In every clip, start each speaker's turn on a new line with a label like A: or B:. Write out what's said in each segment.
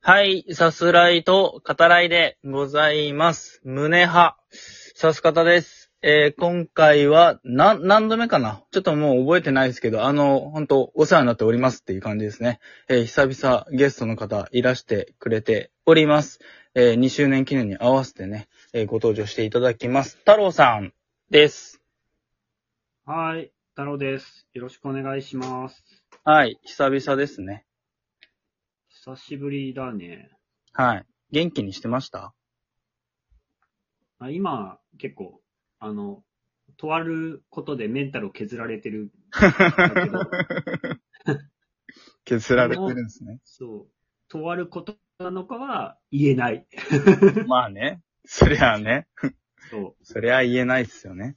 A: はい、さすらいと語らいでございます。胸派、さす方です。えー、今回は、な、何度目かなちょっともう覚えてないですけど、あの、本当お世話になっておりますっていう感じですね。えー、久々ゲストの方いらしてくれております。えー、2周年記念に合わせてね、えーご登場していただきます。太郎さんです。
B: はい、太郎です。よろしくお願いします。
A: はい、久々ですね。
B: 久しぶりだね。
A: はい。元気にしてました
B: あ今、結構、あの、とあることでメンタルを削られ てる。けど
A: 削られてるんですね。
B: そう。とあることなのかは言えない。
A: まあね。そりゃあね。
B: そう。
A: そりゃあ言えないっすよね。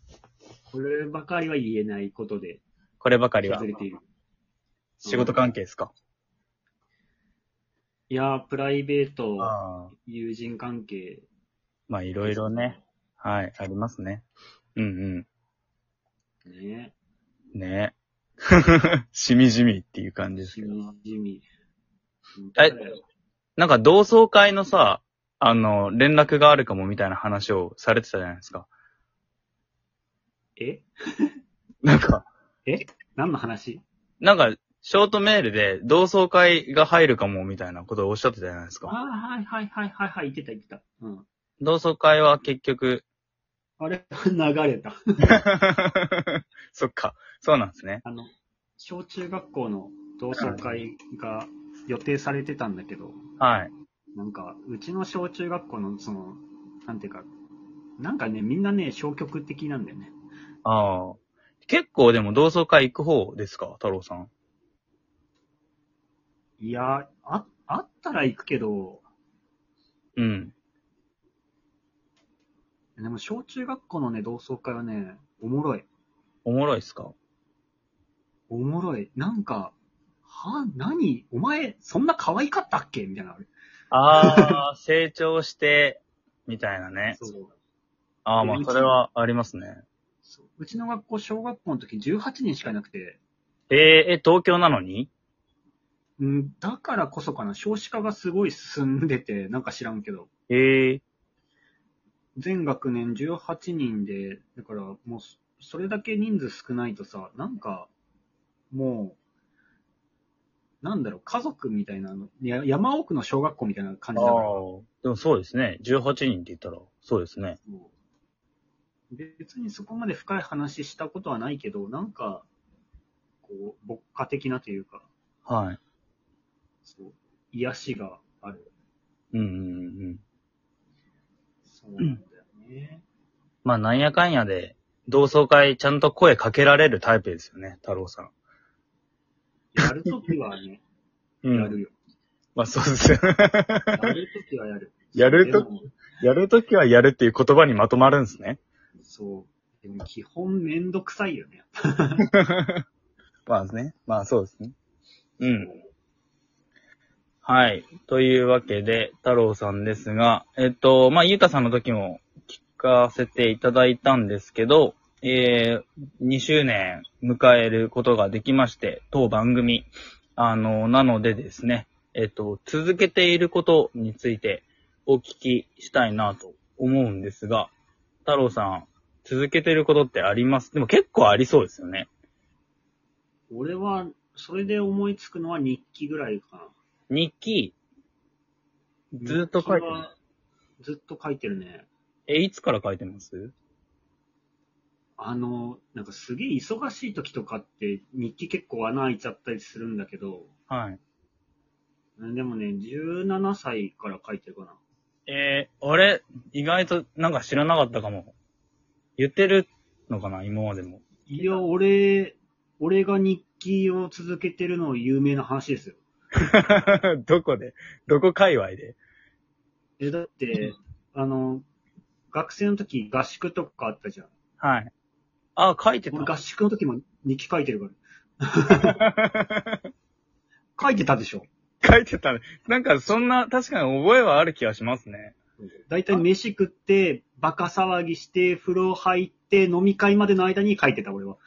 B: こればかりは言えないことで
A: こればかりは
B: 削。れている。
A: 仕事関係ですか、
B: いやー、プライベート、
A: ああ。
B: 友人関係。
A: まあいろいろね。。はい、ありますね。うん
B: ね。
A: うん。ね しみじみっていう感じです
B: し
A: けど。
B: みじみ。
A: はい
B: 本当だよ
A: なんか同窓会のさ、あの、連絡があるかもみたいな話をされてたじゃないですか。
B: え
A: なんか、
B: 何の話
A: なんか、ショートメールで同窓会が入るかもみたいなことをおっしゃってたじゃないです
B: あー
A: か。
B: はいはいはいはいはい、言ってた言ってた。うん。
A: 同窓会は結局、
B: あれ流れた。
A: そっか、そうなんですね。
B: あの、小中学校の同窓会が予定されてたんだけど、
A: はい。
B: なんか、うちの小中学校のその、なんていうか、なんかね、みんなね、消極的なんだよね。
A: ああ。結構でも同窓会行く方ですか太郎さん。
B: いや、あ、あったら行くけど、
A: うん。
B: でも小中学校のね、同窓会はね、おもろい。
A: おもろいっすか
B: おもろい。なんか、は、何お前、そんな可愛かったっけみたいなのある。
A: ああ、 成長して、みたいなね。
B: そう。
A: ああ、まあ、それはありますね。
B: そううちの学校、小学校の時18人しかいなくて、
A: えー、え、東京なのに
B: うん、だからこそかな、少子化がすごい進んでて、なんか知らんけど、
A: ええ
B: 全学年18人で、だからもうそ、それだけ人数少ないとさ、なんか、もう、なんだろう、家族みたいなの、いや山奥の小学校みたいな感
A: あ
B: じだから、
A: あ。でもそうですね。18人って言ったら、そうですね。
B: もう別にそこまで深い話したことはないけど、なんか、こう、牧歌的なというか、
A: はい。
B: そう、癒しがある。
A: うんうんうんうん。
B: そうなんだよね。
A: まあ、なんやかんやで、同窓会ちゃんと声かけられるタイプですよね、太郎さん。
B: やるときはね、
A: う
B: やるよ。
A: まあ、そうですよ。。
B: やるときはやる
A: やるとき
B: でも
A: やるときはやるっていう言葉にまとまるんですね。
B: そう。でも基本めんどくさいよね。
A: まあね。まあそうですね。うん。はい。というわけで、太郎さんですが、えっと、まあ、ゆうたさんの時も聞かせていただいたんですけど、えー、2周年迎えることができまして、当番組。あの、なのでですね、えっと、続けていることについてお聞きしたいなと思うんですが、太郎さん、続けてることってありますでも結構ありそうですよね。
B: 俺は、それで思いつくのは日記ぐらいか
A: 日記、
B: な。
A: ずっと書いて
B: 日記
A: る。
B: はずっと書いてるね。
A: え、いつから書いてます
B: あの、なんかすげえ忙しい時とかって日記結構穴開いちゃったりするんだけど、
A: はい。
B: でもね、17歳から書いてるかな。
A: えー、あれ、意外となんか知らなかったかも。言ってるのかな今までも。
B: いや、俺、俺が日記を続けてるの有名な話ですよ。
A: どこでどこ界隈で
B: え、だって、あの、学生の時合宿とかあったじゃん。
A: はい。あ、書いて
B: 俺
A: た。
B: 合宿の時も日記書いてるから。書いてたでしょ。
A: 書いてたね。なんかそんな、確かに覚えはある気がしますね。
B: だいたい飯食って、バカ騒ぎして、風呂入って、飲み会までの間に書いてた、俺は。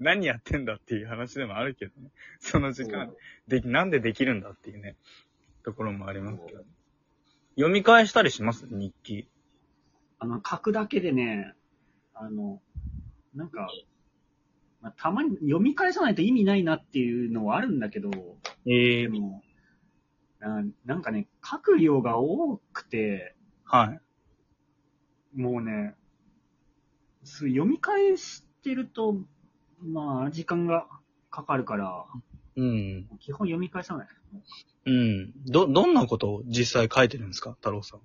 A: 何やってんだっていう話でもあるけどね。その時間、でき、なんでできるんだっていうね。ところもありますけど。読み返したりします日記。
B: あの、書くだけでね、あの、なんか、まあ、たまに読み返さないと意味ないなっていうのはあるんだけど、
A: ええ
B: でも、ななんかね、書く量が多くて、
A: はい。
B: もうね、す読み返してると、まあ、時間がかかるから、
A: うん。
B: 基本読み返さない。
A: うん。ど、どんなことを実際書いてるんですか太郎さん。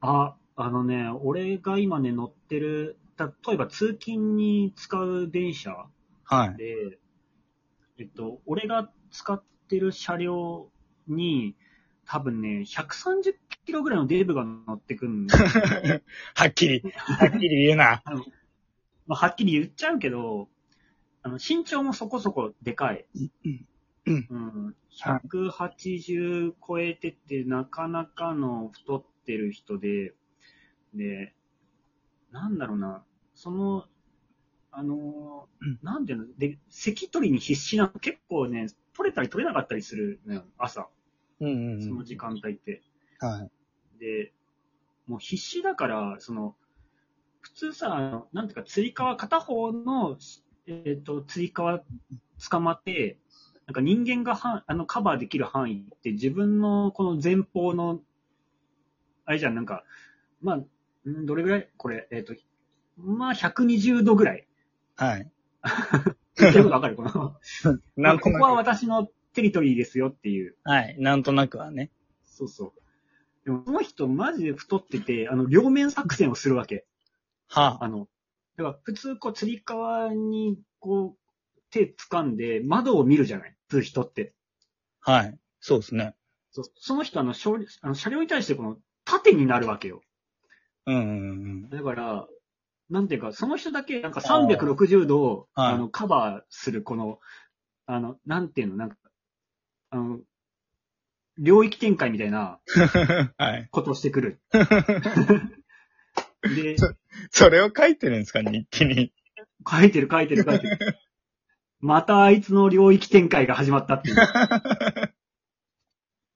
B: あ、あのね、俺が今ね、乗ってる、例えば通勤に使う電車
A: はい。
B: で、えっと、俺が使ってる車両に、多分ね、130キロぐらいのデブが乗ってくんの。
A: はっきり、はっきり言う な。
B: まあ、はっきり言っちゃうけど、あの、身長もそこそこでかい。
A: う
B: うんん。180超えてて、なかなかの太ってる人で、で、なんだろうな、その、あのー
A: うん
B: なんていうの、で、咳取りに必死なの、結構ね、取れたり取れなかったりするのよ、朝、
A: うんうん
B: その時間帯って。
A: はい。
B: で、もう必死だから、その、普通さ、あのなんていうか、つり革、片方の、えっ、と、つり革捕まって、なんか人間がはんあのカバーできる範囲って自分のこの前方の、あれじゃん、なんか、まあ、んどれぐらいこれ、えっ、と、まあ、120度ぐらい。
A: はい。
B: 言ってることわかるこの、
A: なんと
B: こ
A: な
B: こは
A: く。
B: 私のテリトリーですよっていう。
A: はい。なんとなくはね。
B: そうそう。でも、その人マジで太ってて、あの、両面作戦をするわけ。
A: はあ。
B: あの、だから普通こう、釣り革にこう、手掴んで窓を見るじゃない普通人って。
A: はい。そうですね。
B: そうその人あの、しょうあの車両に対してこの、縦になるわけよ。
A: うんうんうん。
B: だから、なんていうか、その人だけなんか360度、
A: あーはい
B: あの、カバーするこの、あの、なんていうの、なんか、あの、領域展開みたいな
A: はい。
B: ことをしてくる。 で、
A: それを書いてるんですか日記に。
B: 書いてる書いてる書いてる。またあいつの領域展開が始まったっていう。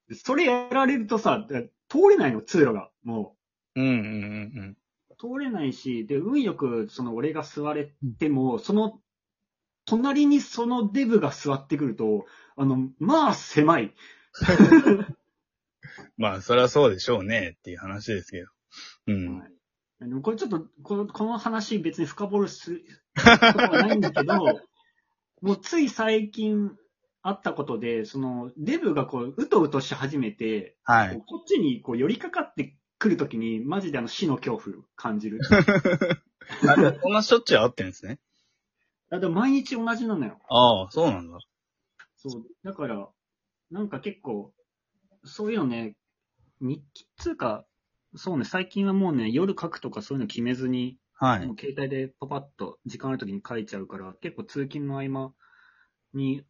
B: でそれやられるとさ、だ通れないの、通路が。も
A: うんうんうん
B: う。通れないし、で、運よく、その俺が座れても、その、隣にそのデブが座ってくると、あの、まあ狭い。
A: うん。まあ、そりゃそうでしょうね、っていう話ですけど。うん。
B: はいでもこれちょっと、このこの話別に深掘るす、ことはないんだけ ど、もうつい最近あったことで、その、デブがこう、うとうとし始めて、
A: は
B: こ
A: い。
B: うこっちにこう、寄りかかってくるときに、マジであの死の恐怖感じる。
A: あ、でもそんなしょっちゅう会ってるんですね。
B: だって毎日同じなのよ。
A: ああ、そうなんだ。
B: そう。だから、なんか結構、そういうのね、日記っつうか、そうね、最近はもうね、夜書くとかそういうの決めずに、
A: はい
B: も。う携帯でパパッと時間あるときに書いちゃうから、結構通勤の合間に、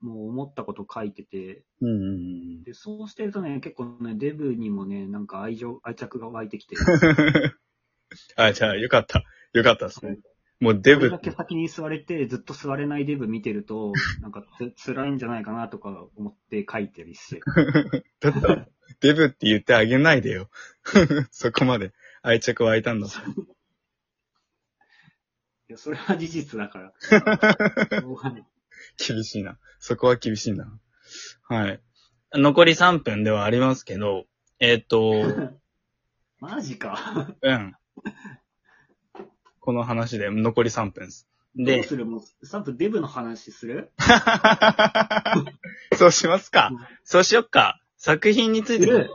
B: もう思ったこと書いてて、
A: うんうん
B: で、そうしてるとね、結構ね、デブにもね、なんか愛情、愛着が湧いてきて、
A: うん。 あ、じゃあ、よかった。よかったですね。もう デ
B: これ
A: ブ
B: だ、け先に座れて、ずっと座れないデブ見てると、なんかつ辛いんじゃないかなとか思って書いてるし、
A: だったらデブって言ってあげないでよ。 そこまで愛着湧いたんだ。
B: いやそれは事実だから。もうね
A: 厳しいな。そこは厳しいな。はい。残り3分ではありますけど、えっ、と、
B: マジか。
A: うん。この話で残り3分です。
B: どう
A: で、
B: するもう、さっとデブの話 する
A: そうしますか
B: うん。
A: そうしよっか。作品について
B: うん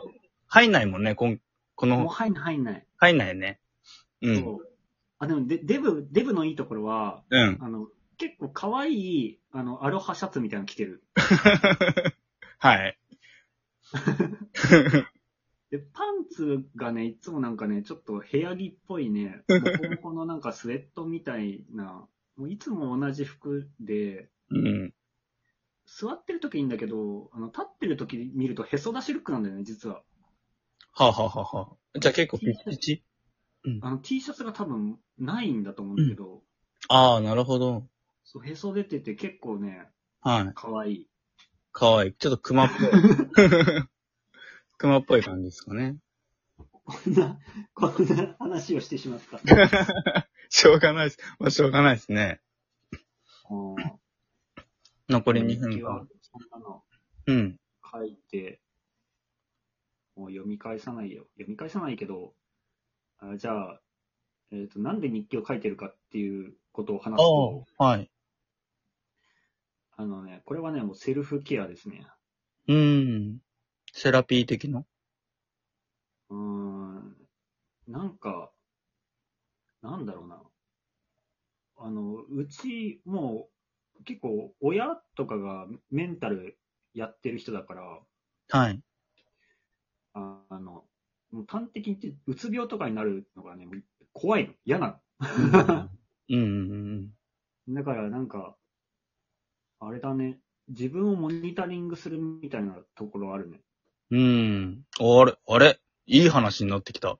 A: 入んないもんね、こんこ
B: もう
A: の、
B: 入んない、入んない。
A: 入んないね。うん。
B: そうあ、でもデデブ、デブのいいところは、
A: うん。
B: あの、結構可愛い、あの、アロハシャツみたいなの着てる。
A: はい。
B: で、パンツがね、いつもなんかね、ちょっと部屋着っぽいね、モコモコのなんかスウェットみたいな、もういつも同じ服で、
A: うん。
B: 座ってる時いいんだけど、あの、立ってる時見るとへそ出しルックなんだよね、実は。
A: はあ、はあはあはあ、じゃあ結構ピッチピチ
B: あの、T シャツが多分ないんだと思うんだけど、
A: ああ、なるほど。
B: そうへそ出てて結構ね、
A: はい。
B: 可愛い。
A: かわいい。ちょっと熊っぽい。 熊っぽい感じですかね。
B: こんな、こんな話をしてしま った。
A: しょうがないです。まあ、しょうがないですね。
B: こ
A: 残り2分
B: は
A: 間。
B: そんなの
A: うん。
B: 書いて、もう読み返さないよ。読み返さないけど、あじゃあ、えっ、と、なんで日記を書いてるかっていうことを話すと、
A: ああ、はい。
B: あのね、これはね、もうセルフケアですね。
A: うん。セラピー的な
B: うーんなんか、なんだろうな。あの、うち、もう、結構、親とかがメンタルやってる人だから、
A: はい。
B: ああの、もう端的に言って、うつ病とかになるのがね、もう怖いの。嫌な
A: うんうんうん。
B: の。だから、なんか、あれだね。自分をモニタリングするみたいなところあるね。
A: うん。あれ、あれいい話になってきた。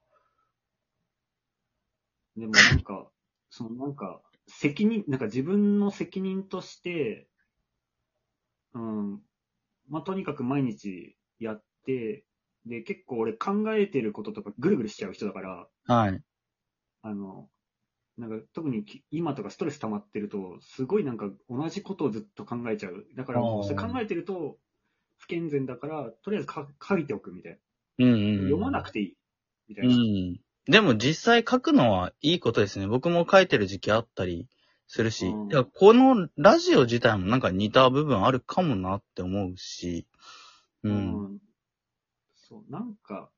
B: でもなんか、 そのなんか、責任、なんか自分の責任として、うん、まあ、とにかく毎日やって、で、結構俺考えてることとかぐるぐるしちゃう人だから、
A: はい。
B: あの、なんか特にき今とかストレス溜まってると、すごいなんか同じことをずっと考えちゃう。だからもうそれ考えてると、不健全だから、とりあえずか書いておくみたい
A: うん
B: な。
A: うん。
B: 読まなくていい。みたいうな。
A: ん。でも実際書くのはいいことですね。僕も書いてる時期あったりするし、
B: うん
A: いやこのラジオ自体もなんか似た部分あるかもなって思うし、う。
B: うんん。そう、なんか、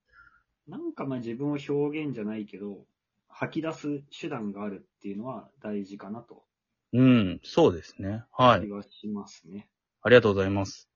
B: なんかまあ自分を表現じゃないけど、吐き出す手段があるっていうのは大事かなと
A: うん、そうですね。はい
B: 気。はしますね。
A: ありがとうございます。